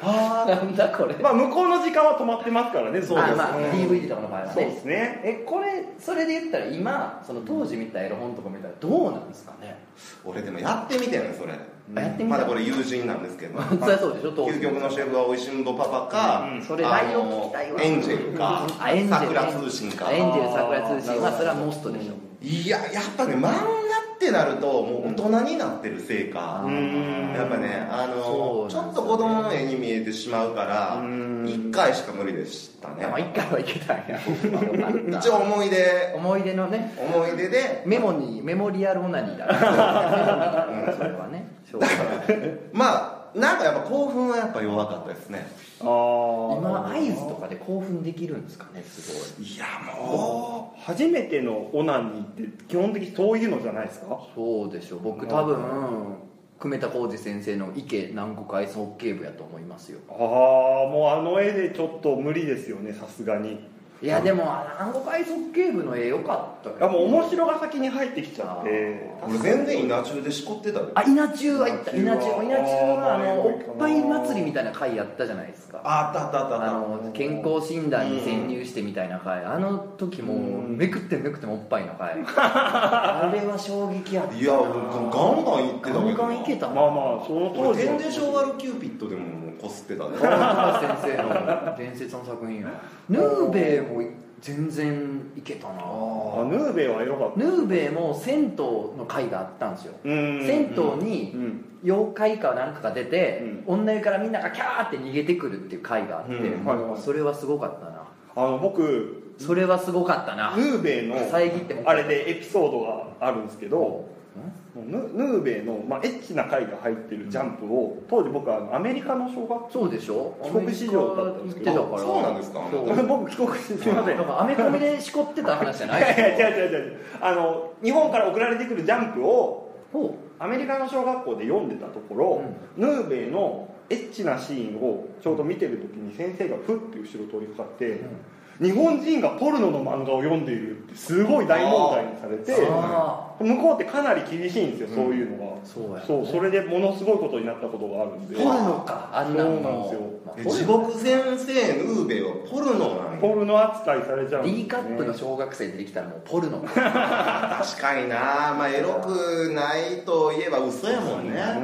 Speaker 1: あーなんだこれ
Speaker 2: まあ向こうの時間は止まってますからねそうです
Speaker 1: あまあ
Speaker 2: ね
Speaker 1: DVD とかの場合はね
Speaker 2: そうですね
Speaker 1: えこれそれで言ったら今その当時見たエロ本とか見たらどうなんですかね、
Speaker 6: 俺でもやってみてんねそれ
Speaker 1: あやってみた
Speaker 6: まだこれ友人なんですけど
Speaker 1: そりゃそうでしょ当時
Speaker 6: 究極のシェフはおいしんぼパパか、
Speaker 2: うん
Speaker 1: それ
Speaker 6: あ
Speaker 1: 内容聞き
Speaker 6: の
Speaker 1: たいわ
Speaker 6: エンジェルか
Speaker 1: あエンジェル
Speaker 6: 桜通信か
Speaker 1: エンジェル桜通信
Speaker 2: あ
Speaker 1: は
Speaker 2: ー
Speaker 1: それはモストでしょ
Speaker 6: いややっぱね漫画ってなるともう大人になってるせいか、
Speaker 1: うん
Speaker 6: やっぱねあ
Speaker 1: そ
Speaker 6: の、
Speaker 1: うなんです
Speaker 6: ち
Speaker 1: よ
Speaker 6: ょ
Speaker 1: ね
Speaker 6: っと子供の絵に見えてしまうから
Speaker 2: うん
Speaker 6: 1回しか無理でした
Speaker 1: <laughs>
Speaker 6: ね
Speaker 1: まあ一回はいけたんや
Speaker 6: 一応思い出
Speaker 1: 思い出のね
Speaker 6: 思い出で
Speaker 1: メモにメモリアルオナ <laughs> ニーだなうんそれはね
Speaker 6: まあなんかやっぱ興奮はやっぱ弱かったですね
Speaker 2: あー
Speaker 1: 今合図とかで興奮できるんですかねすごい
Speaker 6: いやも
Speaker 2: 初めてのオナニーって基本的にそういうのじゃないですか
Speaker 1: そうでしょ僕多分久米田浩二先生の池南国アイスホッケー部やと思いますよ
Speaker 2: ああもうあの絵でちょっと無理ですよねさすがに
Speaker 1: いやでもあ南国アイスホッケー部の絵良かったよ
Speaker 2: あもう面白が先に入ってきちゃって
Speaker 6: う俺全然稲中でしこってたで
Speaker 1: あ稲中は行った稲
Speaker 2: 稲
Speaker 1: 中
Speaker 2: 中
Speaker 1: は
Speaker 2: は
Speaker 1: 稲中はあ
Speaker 2: あ
Speaker 1: の
Speaker 2: ー
Speaker 1: おっぱい祭りみたいな会やったじゃないですか
Speaker 6: ああったあったあった
Speaker 1: あ
Speaker 6: あっ
Speaker 1: の健康診断に潜入してみたいな会あの時も
Speaker 2: うん
Speaker 1: めくってめくってもおっぱいの会あれは衝撃やった
Speaker 6: た
Speaker 1: ない
Speaker 6: や俺ガンガン行ってたけど
Speaker 1: ガンガンいけ
Speaker 6: た
Speaker 1: た
Speaker 2: まあ
Speaker 1: もん
Speaker 2: まあその当
Speaker 6: 俺
Speaker 2: 時
Speaker 6: 天
Speaker 2: の
Speaker 6: 然障がるキューピッドでもこすってたね
Speaker 1: 先生の伝説の作品やヌーベイも全然いけたな
Speaker 2: あヌーベは良かった
Speaker 1: ヌーベイも銭湯の会があったんですよ
Speaker 2: うん
Speaker 1: 銭湯に
Speaker 2: うん
Speaker 1: 妖怪かなんかが出て、女湯からみんながキャーって逃げてくるっていう回があって、
Speaker 6: うん
Speaker 2: はいはい
Speaker 1: それはすごかったな
Speaker 2: あの僕
Speaker 1: それはすごかったな
Speaker 2: ヌーベイの
Speaker 1: 遮っても
Speaker 2: あれでエピソードがあるんですけどヌヌーベイの、まあ、エッチな回が入ってるジャンプを当時僕はあのアメリカの小学校
Speaker 1: そうでしょ
Speaker 2: 帰国子女だったんですけど
Speaker 1: アメリカ行ってたから
Speaker 6: そうなんですか
Speaker 1: そう
Speaker 2: 僕帰国してすいません <laughs>
Speaker 1: なんかアメコミでしこってた話じゃない
Speaker 2: いやいや違う違う違うあの日本から送られてくるジャンプを
Speaker 1: ほ
Speaker 2: アメリカの小学校で読んでたところ、ヌーベイのエッチなシーンをちょうど見てる時に先生がふって後ろ通りかかって、日本人がポルノの漫画を読んでいるってすごい大問題にされ
Speaker 1: う
Speaker 2: て
Speaker 1: あ
Speaker 2: 向こうってかなり厳しいんですよ、そういうのが
Speaker 1: あそうや
Speaker 2: そうそれでものすごいことになったことがあるんで
Speaker 1: ポルノかあんな
Speaker 2: そうなん
Speaker 1: の
Speaker 2: ですよ
Speaker 1: まあ
Speaker 6: え
Speaker 1: ポル
Speaker 6: 地獄先生のウーベイはポルノなんや
Speaker 2: ポルノ扱いされちゃうんです、
Speaker 1: D カップの小学生でできたらもうポルノ
Speaker 6: 確かになまあエロくないといえば嘘やもん
Speaker 2: う
Speaker 6: ね
Speaker 2: ー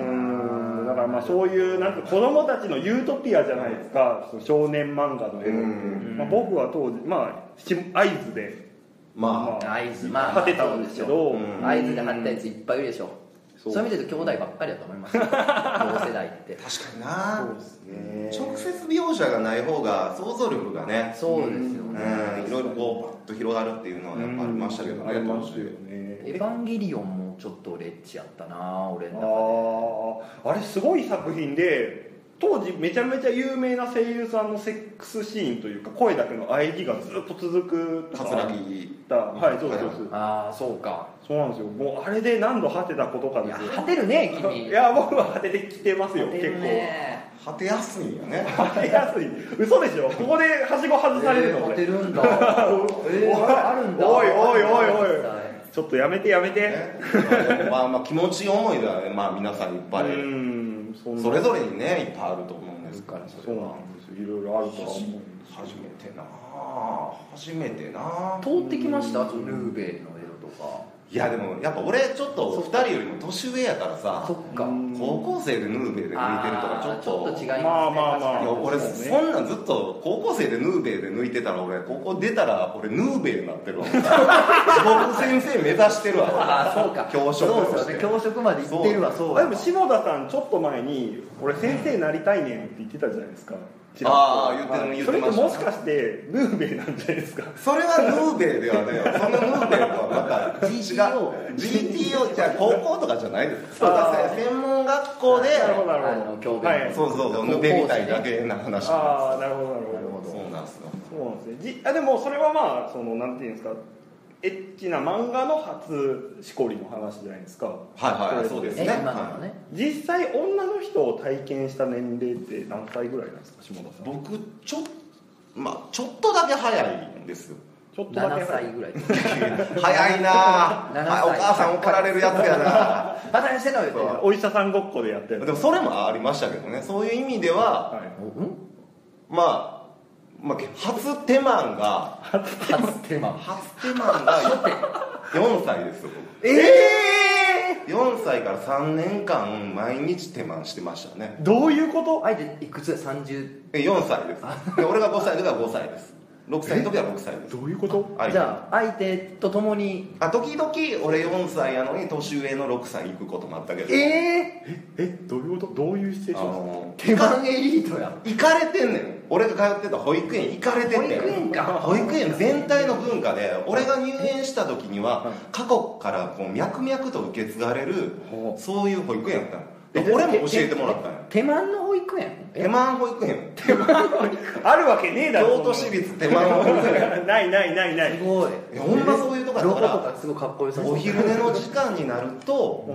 Speaker 2: んだからまあそういうなんか子供たちのユートピアじゃないですか、その少年漫画の絵、
Speaker 6: うん
Speaker 2: まあ、僕は当時まあし会津で
Speaker 6: ま
Speaker 1: 合図まあ
Speaker 2: 勝てたんですけど、
Speaker 6: うん
Speaker 1: 合図で貼ったやついっぱいいるでしょそういう意味で言うと兄弟ばっかりだと思いますよ同世代って
Speaker 6: 確かにな
Speaker 2: で
Speaker 6: 直接描写がない方が想像力がね
Speaker 1: そうですよ
Speaker 6: う
Speaker 1: ね、
Speaker 6: んいろいろこうパッと広がるっていうのはやっぱありましたけどね
Speaker 2: ありましたよ
Speaker 1: エヴ
Speaker 2: ね
Speaker 1: ァンゲリオンもちょっとレッチやったな俺
Speaker 2: あ
Speaker 1: の
Speaker 2: ーあれすごい作品で当時めちゃめちゃ有名な声優さんのセックスシーンというか声だけの喘ぎがずっと続くとか
Speaker 6: 桂木
Speaker 2: だはいそうそうそう
Speaker 1: 中でああそうか
Speaker 2: そうなんですよもうあれで何度果てたことか
Speaker 1: い
Speaker 2: で
Speaker 1: や
Speaker 2: すよ
Speaker 1: 果てるね君
Speaker 2: いや僕は果ててきてますよ
Speaker 1: 果て
Speaker 2: 結
Speaker 1: る
Speaker 2: 構
Speaker 1: ね
Speaker 6: 果てやすいんよね
Speaker 2: 果てやすい嘘でしょここではしご外されるの、
Speaker 1: えー当
Speaker 2: これ
Speaker 1: てるんだ
Speaker 2: お
Speaker 1: え
Speaker 2: い
Speaker 1: ー、あるんだ
Speaker 2: おいおいおいおいちょっとやめてやめて、
Speaker 6: ねまあまあ気持ちいい思いがねまあ皆さんいっ
Speaker 2: う
Speaker 6: ぱい
Speaker 2: んそんな
Speaker 6: それぞれにねいっぱいあると思うんですからそ
Speaker 2: そう
Speaker 6: れ
Speaker 2: な
Speaker 6: は
Speaker 2: んですよいろいろあるとは思うんです
Speaker 6: 初めてな初めてな
Speaker 1: 通ってきましたそのルーベルの色とか
Speaker 6: いやでもやっぱ俺ちょっと2人よりも年上やからさ
Speaker 1: そっか
Speaker 2: うん
Speaker 6: 高校生でヌーベで抜いてるとかちょっと
Speaker 1: あーちょっと違いますね
Speaker 2: まあまあまあ
Speaker 6: いや俺
Speaker 2: そうね
Speaker 6: そんなんずっと高校生でヌーベイで抜いてたら俺高校出たら俺ヌーベイになってるわ僕先生目指してるわ
Speaker 1: ああそうか
Speaker 6: 教職
Speaker 1: そう
Speaker 6: と
Speaker 1: で
Speaker 6: し
Speaker 1: す
Speaker 6: て
Speaker 1: よね教職まで行ってるわそう
Speaker 2: あでも下田さんちょっと前に「俺先生になりたいねん」って言ってたじゃないですかちらっと
Speaker 6: あー言ってた
Speaker 2: はい
Speaker 6: 言っ
Speaker 2: そ
Speaker 6: て
Speaker 2: れ
Speaker 6: ま
Speaker 2: っ
Speaker 6: した
Speaker 2: てもしかしてヌーベイなんじゃないですか
Speaker 6: それはヌーベイではねそのヌーベイとはまた違う GTO じゃあ高校とかじゃないですそうだ専門学校で
Speaker 2: なるほどなるほ
Speaker 1: あ
Speaker 2: ど
Speaker 1: の教
Speaker 2: は
Speaker 1: 鞭
Speaker 2: い
Speaker 6: そうそうそうヌーベイみたいだけな話
Speaker 2: ああなるほどなる
Speaker 1: なる
Speaker 2: ほ
Speaker 1: ほ
Speaker 2: ど
Speaker 1: ど
Speaker 6: そうなんですよ
Speaker 2: そうなんですねじあでもそれはまあそのなんていうんですかエッチな漫画の初しこりの話じゃないですか
Speaker 6: はいはいそうです
Speaker 1: え
Speaker 6: ね
Speaker 1: 今のはね
Speaker 2: 実際女の人を体験した年齢って何歳ぐらいなんですか下田さん
Speaker 6: 僕ちょ,、まあ、ちょっとだけ早い
Speaker 1: <laughs>
Speaker 6: んですよ
Speaker 2: ちょっとだけ
Speaker 1: 7歳ぐらい
Speaker 6: 早いなあ
Speaker 1: 7歳
Speaker 6: はいお母さん怒られるやつや
Speaker 1: <laughs>
Speaker 6: な
Speaker 1: 「働いしてんのよ」って
Speaker 6: そう
Speaker 2: お医者さんごっこでやってる
Speaker 6: でもそれもありましたけどねそういう意味では、
Speaker 2: はい
Speaker 1: おうん
Speaker 6: まあ、まあ初手満が
Speaker 1: 初手間
Speaker 6: 初手
Speaker 1: <laughs>
Speaker 6: 満が4歳ですよ僕
Speaker 1: ええ
Speaker 6: 4歳から3年間毎日手満してましたね
Speaker 2: どういうこと
Speaker 1: あえていくつだ30
Speaker 6: え4歳ですで俺が5歳の時は5歳です6歳の時は6歳です
Speaker 2: どういうこと
Speaker 6: はい
Speaker 1: じゃあ相手と共に
Speaker 6: あ時々俺4歳やのに年上の6歳行くこともあったけど
Speaker 1: ええ
Speaker 2: えどういうことどういうシチュエー
Speaker 6: あ
Speaker 2: ションですか
Speaker 6: の
Speaker 1: 手間エリートや
Speaker 6: 行かれてんねん俺が通ってた保育園行かれてんねん
Speaker 1: 保育園か
Speaker 6: 保育園全体の文化で俺が入園した時には過去からこう脈々と受け継がれる
Speaker 2: ほ
Speaker 6: そういう保育園やったの
Speaker 2: え
Speaker 6: で俺も教えてもらったんや
Speaker 1: 手間の保育園
Speaker 6: 手満保育園
Speaker 2: あるわけねえだろ
Speaker 6: 京都市立手満保育園
Speaker 2: そんなのないないないな
Speaker 1: す
Speaker 2: い
Speaker 1: ごい
Speaker 6: いやほんまそういうとこや
Speaker 1: ロ
Speaker 6: っ
Speaker 1: ゴ
Speaker 6: た
Speaker 1: と
Speaker 6: ら
Speaker 1: かすごいかっこよさそう
Speaker 6: お昼寝の時間になると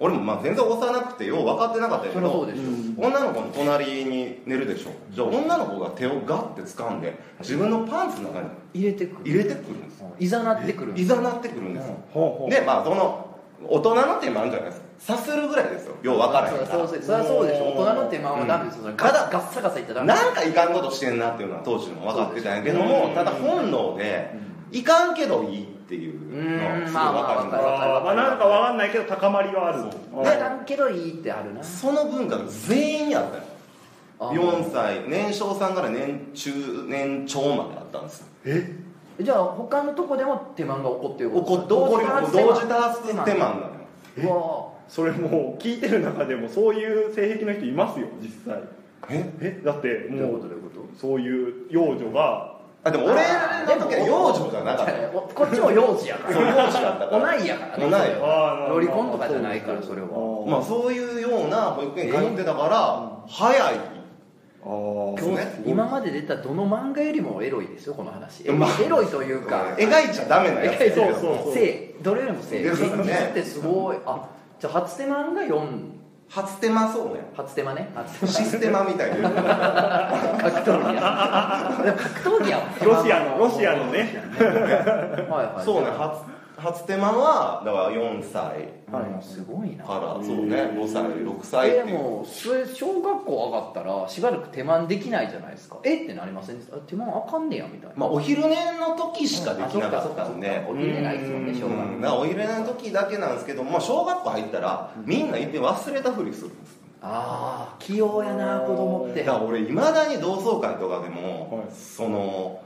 Speaker 6: 俺もまあ全然幼くてよう分かってなかったけ
Speaker 1: そりゃそう
Speaker 6: ど
Speaker 1: でしょ
Speaker 6: 女の子の隣に寝るでしょじゃあ女の子が手をガッて掴んで自分のパンツの中に
Speaker 1: 入れてくる
Speaker 6: 入れてくるんです
Speaker 1: いざなってくる
Speaker 6: いざなってくるんです
Speaker 1: うん
Speaker 2: ほうほう
Speaker 6: でまあその大人の手もあるんじゃないですかさするぐらいですよよう分からへんか
Speaker 1: そう
Speaker 6: ら
Speaker 1: そうそりゃそうでしょ大人の手間はダメですよそれガ
Speaker 6: ただ
Speaker 1: ガッサガサいったらダメ
Speaker 6: なんかいかんことしてんなっていうのは当時も分かってたんやけどもただ本能でいかんけどいいっていうの
Speaker 1: う
Speaker 6: を
Speaker 1: ん
Speaker 6: すぐ分
Speaker 1: まあまあ
Speaker 6: かる
Speaker 1: わ
Speaker 6: ん
Speaker 1: かる
Speaker 2: あーまあなんかわかんないけど高まりはある
Speaker 1: だからんけどいいってあるな
Speaker 6: その文化が全員にあったよ
Speaker 1: あ
Speaker 6: 4歳年少さんから年中年長まであったんですよ
Speaker 2: え
Speaker 1: じゃあ他のとこでも手間が起こってる
Speaker 6: おこ同時多発同時多発手間なのよ
Speaker 1: うわ
Speaker 2: それもう聞いてる中でもそういう性癖の人いますよ実際
Speaker 6: え
Speaker 2: えだって
Speaker 1: どういうこ
Speaker 2: も
Speaker 1: とどういううこと
Speaker 2: そういう幼女が
Speaker 6: あでも俺の時は幼女じゃなかったよ
Speaker 1: おこっちも幼児やから
Speaker 6: そう幼児だったから
Speaker 1: おないやから
Speaker 6: おない
Speaker 1: それは
Speaker 2: あー
Speaker 1: ロリコンとかじゃないからそれは
Speaker 6: まあ
Speaker 2: は
Speaker 6: そういうような保育園通ってたから早い
Speaker 2: あー
Speaker 6: そうね
Speaker 1: 今まで出たどの漫画よりもエロいですよこの話エ
Speaker 6: まあ
Speaker 1: ロいというか
Speaker 6: 描いちゃダメなや
Speaker 1: 描
Speaker 6: つ
Speaker 1: いてる
Speaker 2: そうそうそう
Speaker 1: 性どれよりも性
Speaker 6: で
Speaker 1: 現
Speaker 6: すよね
Speaker 1: 実ってすごいあじゃあ初手間が4
Speaker 6: 初手間そうね
Speaker 1: 初手間
Speaker 6: <laughs>
Speaker 1: ね初手
Speaker 6: システマみたいな
Speaker 1: 間格闘技やでも格闘技やもん
Speaker 2: ロシアのロシアの
Speaker 1: <laughs>
Speaker 2: ね
Speaker 1: はいはい
Speaker 6: <laughs> そうね初初手間はだから4歳
Speaker 1: うんすごいな
Speaker 6: から
Speaker 2: ん
Speaker 6: そうね5歳6歳
Speaker 1: え
Speaker 6: っ
Speaker 1: で
Speaker 6: ていう
Speaker 1: もそれ小学校上がったらしばらく手間できないじゃないですかえってなりませんあ手間あかんねやみたいな
Speaker 6: まあお昼寝の時しかできなかったん
Speaker 1: あそっかそっ
Speaker 6: で
Speaker 1: かそっかお昼寝ないですもんね小学校
Speaker 6: うんなお昼寝の時だけなんですけど、まあ、小学校入ったらみんないっぺん忘れたふりするんです
Speaker 1: ああ器用やな子供って
Speaker 6: だから俺いまだに同窓会とかでも、
Speaker 2: はい
Speaker 6: その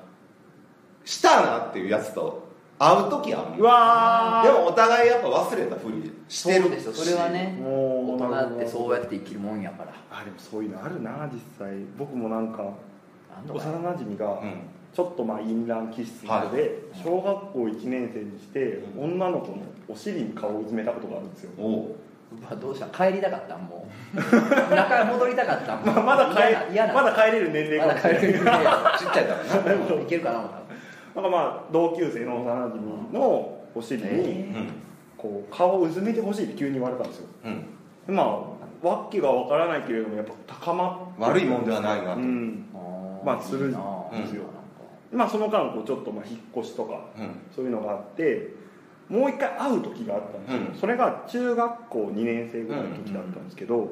Speaker 6: したなっていうやつと会う時あ
Speaker 2: う
Speaker 6: る
Speaker 2: わ
Speaker 6: でもお互いやっぱ忘れたふりして
Speaker 1: そう
Speaker 6: る
Speaker 1: ですよそれはね
Speaker 2: もう
Speaker 1: 大人ってそうやって生きるもんやから
Speaker 2: あでもそういうのあるな実際僕もなんか
Speaker 1: あんの
Speaker 2: 幼
Speaker 1: かな
Speaker 2: なじみが
Speaker 6: うん
Speaker 2: ちょっとまあ淫乱気質なので、小学校1年生にして女の子のお尻に顔を埋めたことがあるんですよ
Speaker 6: おう
Speaker 1: うわどうした帰りたかったんも
Speaker 2: <laughs>
Speaker 1: う中へ戻りたかったんもう
Speaker 2: まあまだ
Speaker 1: 嫌な
Speaker 2: 帰
Speaker 1: 嫌な
Speaker 2: まだ帰れる年
Speaker 1: まだ
Speaker 2: 齢かもし
Speaker 1: 帰
Speaker 2: れ
Speaker 1: れるん
Speaker 2: ない <laughs>
Speaker 1: で
Speaker 6: ちっちゃいからな
Speaker 1: うんいけるかなも
Speaker 2: なんかまあ同級生の幼なじみのお尻
Speaker 1: え
Speaker 2: に
Speaker 6: うん
Speaker 2: こう顔をうずめてほしいって急に言われたんですよ
Speaker 6: うん
Speaker 2: でまあわけがわからないけれどもやっぱ高ま
Speaker 6: 悪いもんではないな
Speaker 2: う
Speaker 6: と
Speaker 2: ん
Speaker 1: ー
Speaker 2: まあするん
Speaker 1: いいな
Speaker 2: ですよ
Speaker 1: うん
Speaker 2: まあその間こうちょっとまあ引っ越しとか
Speaker 6: うん
Speaker 2: そういうのがあってもう一回会う時があったんですよ、
Speaker 6: うん
Speaker 2: それが中学校2年生ぐらいの時だったんですけど、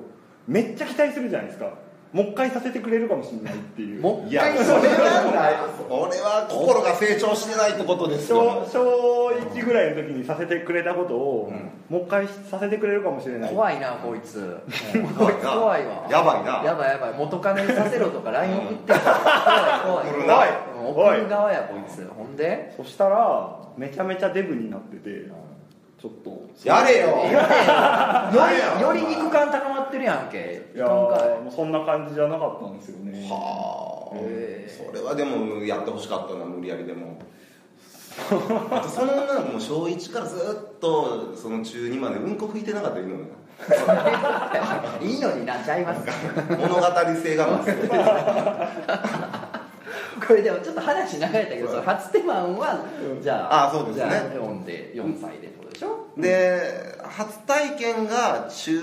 Speaker 2: めっちゃ期待するじゃないですかもう一回させてくれるかもしれないっていう
Speaker 1: もう
Speaker 6: い
Speaker 1: 一
Speaker 6: や
Speaker 1: 回
Speaker 6: それはない俺は心が成長してないってことです
Speaker 2: 小
Speaker 6: よ
Speaker 2: 小1ぐらいの時にさせてくれたことを、
Speaker 6: う
Speaker 2: もう一回させてくれるかもしれない
Speaker 1: 怖いなこいつ
Speaker 6: 怖いな
Speaker 1: 怖いわ
Speaker 6: やばいな
Speaker 1: やばいやばい元カノにさせろとか LINE 送ってる怖い怖い
Speaker 6: 来ない
Speaker 1: うん送る側やこいつほんで
Speaker 2: そしたらめちゃめちゃデブになっててちょっと
Speaker 6: やれよや
Speaker 1: より肉感高まってるやんけ
Speaker 2: いや
Speaker 1: 感
Speaker 2: ー
Speaker 1: 慨
Speaker 2: もうそんな感じじゃなかったんですよね
Speaker 6: はあ、
Speaker 1: ええ
Speaker 6: それはでもやってほしかったな無理やりでもあとその女の子も小1からずっとその中2までうんこ吹いてなかったらいいのよ
Speaker 1: <laughs> いいのになっちゃいますか
Speaker 6: 物語性がます
Speaker 1: これでもちょっと話長いんだけどその初手満はじゃあ
Speaker 6: あそうですね
Speaker 1: じゃあ4で4歳でってことでしょ
Speaker 6: で初体験が中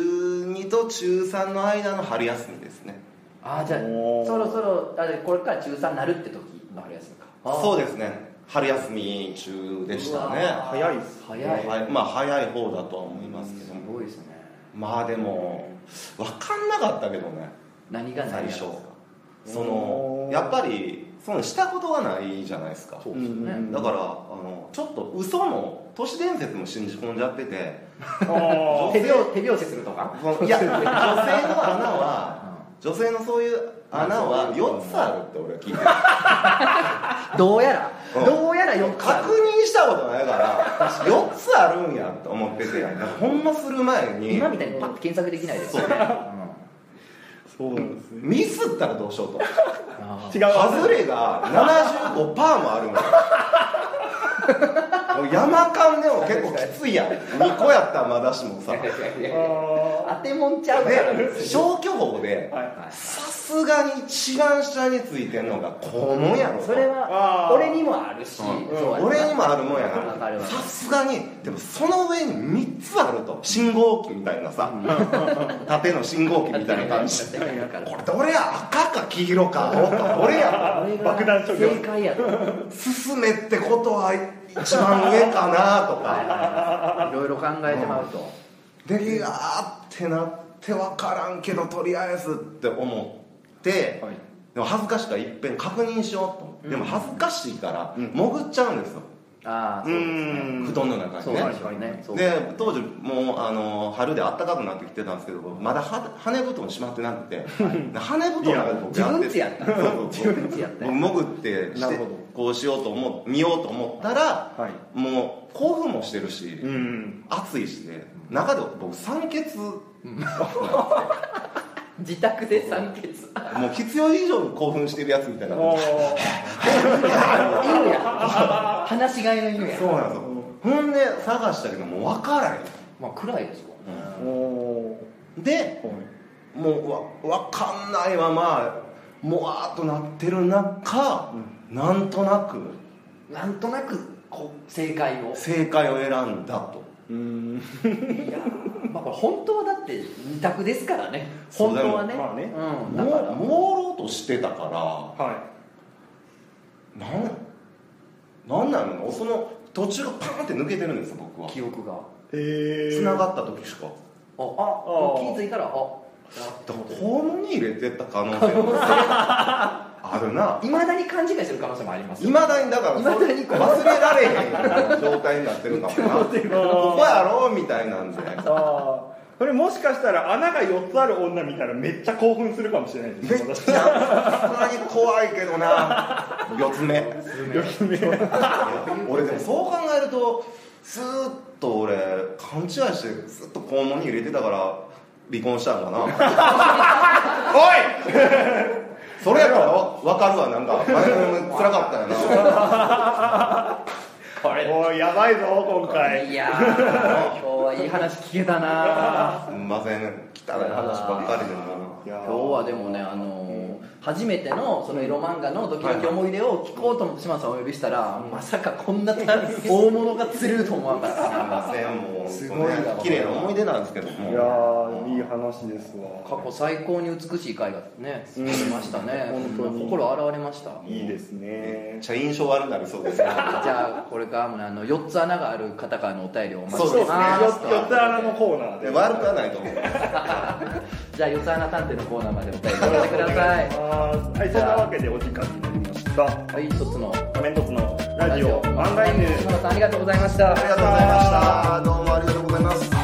Speaker 6: 2と中3の間の春休みですね
Speaker 1: ああじゃあ
Speaker 2: おー
Speaker 1: そろそろあれこれから中3になるって時の春休みか
Speaker 6: そううですね春休み中でした
Speaker 1: う
Speaker 6: ね
Speaker 1: わ
Speaker 2: 早いっす
Speaker 1: 早い
Speaker 6: はいまあ早い方だとは思いますけ
Speaker 1: す
Speaker 6: ども
Speaker 1: ごいですね
Speaker 6: まあでも分かんなかったけどね
Speaker 1: 何が何
Speaker 6: 最
Speaker 1: が
Speaker 6: 初
Speaker 2: うん
Speaker 6: そのやっぱりそのしたことがないじゃないですか
Speaker 1: そうですよね
Speaker 2: うん
Speaker 6: だからあのちょっと嘘の都市伝説も信じ込んじゃってて
Speaker 2: あ
Speaker 1: 手拍手拍子するとか
Speaker 6: そのいや女性の穴は女性のそういう穴は4つあるって俺は聞いてる
Speaker 1: <laughs> どうや
Speaker 6: う
Speaker 1: ら
Speaker 6: ん
Speaker 1: どうやら4つあ
Speaker 6: 確
Speaker 1: る
Speaker 6: 認したことないから4つあるんやと思っててほんまする前に
Speaker 1: 今みたいにパッと検索できないですよね
Speaker 2: ーそうなんですね
Speaker 6: ミスったらどうしようと
Speaker 1: うんあー
Speaker 2: 違う
Speaker 6: 外れが75%もあるのよもう山間でも結構きついやん2個やったらまだしもさで
Speaker 1: <laughs> いやいやいや
Speaker 2: あ
Speaker 1: 当てもんちゃうから
Speaker 6: 消去法で
Speaker 2: ーはい
Speaker 1: はい
Speaker 6: さすがに一番下についてんのがこのやろと
Speaker 1: それ
Speaker 2: あ
Speaker 1: は
Speaker 2: ー
Speaker 1: 俺にもあるし、
Speaker 6: うん
Speaker 1: そうやな
Speaker 6: 俺にもあるもんや
Speaker 1: わかる
Speaker 6: な
Speaker 1: わ
Speaker 6: さすがにでもその上に3つあると信号機みたいなさ縦の信号機みたいな感じ
Speaker 1: だってだから
Speaker 6: これどれや赤か黄色か青かどれや
Speaker 1: 俺が
Speaker 2: 爆弾処理を
Speaker 1: 正解やと
Speaker 6: 進めってことは一番上かなとか
Speaker 1: いろいろ考えてまうと、
Speaker 6: でいやーってなって分からんけどとりあえずって思って、
Speaker 2: はい
Speaker 6: でも恥ずかしいからいっぺん確認しようと思って、でも恥ずかしいから潜っちゃうんですよ、
Speaker 1: ああそううですね
Speaker 2: ん
Speaker 6: 布団の中
Speaker 1: そ
Speaker 6: に
Speaker 1: う
Speaker 6: ね
Speaker 1: ですよねそうですね
Speaker 6: で当時もうあの春で暖かくなってきてたんですけどまだは羽根布団しまってなくて、で羽根布団の中で僕
Speaker 1: 自分ちやった
Speaker 6: そうそうそう
Speaker 1: 自分ちやった
Speaker 6: 僕潜ってし
Speaker 2: なる
Speaker 6: て
Speaker 2: ほど
Speaker 6: こうしようと思う見ようと思ったら、
Speaker 2: はい
Speaker 6: もう興奮もしてるし、
Speaker 2: うん
Speaker 6: 暑いしね中で僕酸欠も
Speaker 1: 自宅で酸欠いう
Speaker 6: 必要以上に興奮してるやつみたいな
Speaker 2: お
Speaker 6: そ
Speaker 1: 犬や話し飼いの犬や
Speaker 6: うなんですよほんで探したけどもう分からへ
Speaker 1: まあ暗いですよ
Speaker 2: ーお
Speaker 6: んで
Speaker 2: ーはい
Speaker 6: もうわ分かんないままもわーっとなってる中、なんとなく
Speaker 1: なんとなくこう正解を
Speaker 6: 正解を選んだと
Speaker 2: うーん
Speaker 1: いやーまあこれ本当はだって二択ですからね
Speaker 6: そう
Speaker 1: 本
Speaker 6: だよ
Speaker 1: 当はね,、
Speaker 2: まあね
Speaker 1: うん、
Speaker 6: も
Speaker 1: だ
Speaker 6: う
Speaker 1: から
Speaker 6: 朦朧としてたか
Speaker 2: は
Speaker 6: らなんなんなのその途中がパーンって抜けてるんですよ僕は
Speaker 1: 記憶があ
Speaker 2: いへえ
Speaker 6: 繋がった時しか
Speaker 1: あ気づいたらあ
Speaker 6: だから肛門に入れてた可能性もあるない
Speaker 1: まだに勘違いする可能性もあります
Speaker 6: いまだにだから
Speaker 1: 未だにこう
Speaker 6: 忘れられ <laughs> へん状態になってるかもなここやろみたいなんで
Speaker 2: ああそれもしかしたら穴が4つある女見たらめっちゃ興奮するかもしれないですね
Speaker 6: めっちゃさすがに怖いけどな4つ目俺でもそう考えるとずーっと俺勘違いしてずっと肛門に入れてたから離婚したんかなおいそれやったら分かるわなんか前の辛かったよな
Speaker 2: 私おいやばいぞ今回
Speaker 1: いやー今日はいい話聞けたな
Speaker 6: すんません汚い話ばっかりでも
Speaker 2: いや
Speaker 1: 今
Speaker 2: ー
Speaker 1: 日はでもねあのー初めてのそのエロ漫画のドキドキ思い出を聞こうと島さんをお呼びしたら、まさかこんな大物が釣れると思わなかった
Speaker 6: すんませんもう
Speaker 1: すごいな
Speaker 6: 本当ね綺麗な思い出なんですけども
Speaker 2: いやーいい話ですわ
Speaker 1: 過去最高に美しい回がね作りましたね、
Speaker 2: うん本当に
Speaker 1: 心洗われましたじ
Speaker 2: いいです
Speaker 6: め
Speaker 2: ね
Speaker 6: っちゃ印象悪くなりそうですね
Speaker 1: ゃあこれからもねあの4つ穴がある方からのお便りをお待ちし
Speaker 6: そう
Speaker 1: て
Speaker 6: ですね
Speaker 1: ます
Speaker 6: 四
Speaker 2: 4つ穴のコーナー
Speaker 6: <laughs> で
Speaker 2: で
Speaker 6: 悪くはないと思う
Speaker 1: じゃあ四つ穴探偵のコーナーまでお便りさせてください
Speaker 2: はいそんなわけでお時間になりました
Speaker 1: はい一つの
Speaker 2: 画面凸のラジオ漫画
Speaker 1: ラジ
Speaker 2: 犬
Speaker 1: オ島田さんありがとうございました
Speaker 6: ありがとうございましたどうもありがとうございます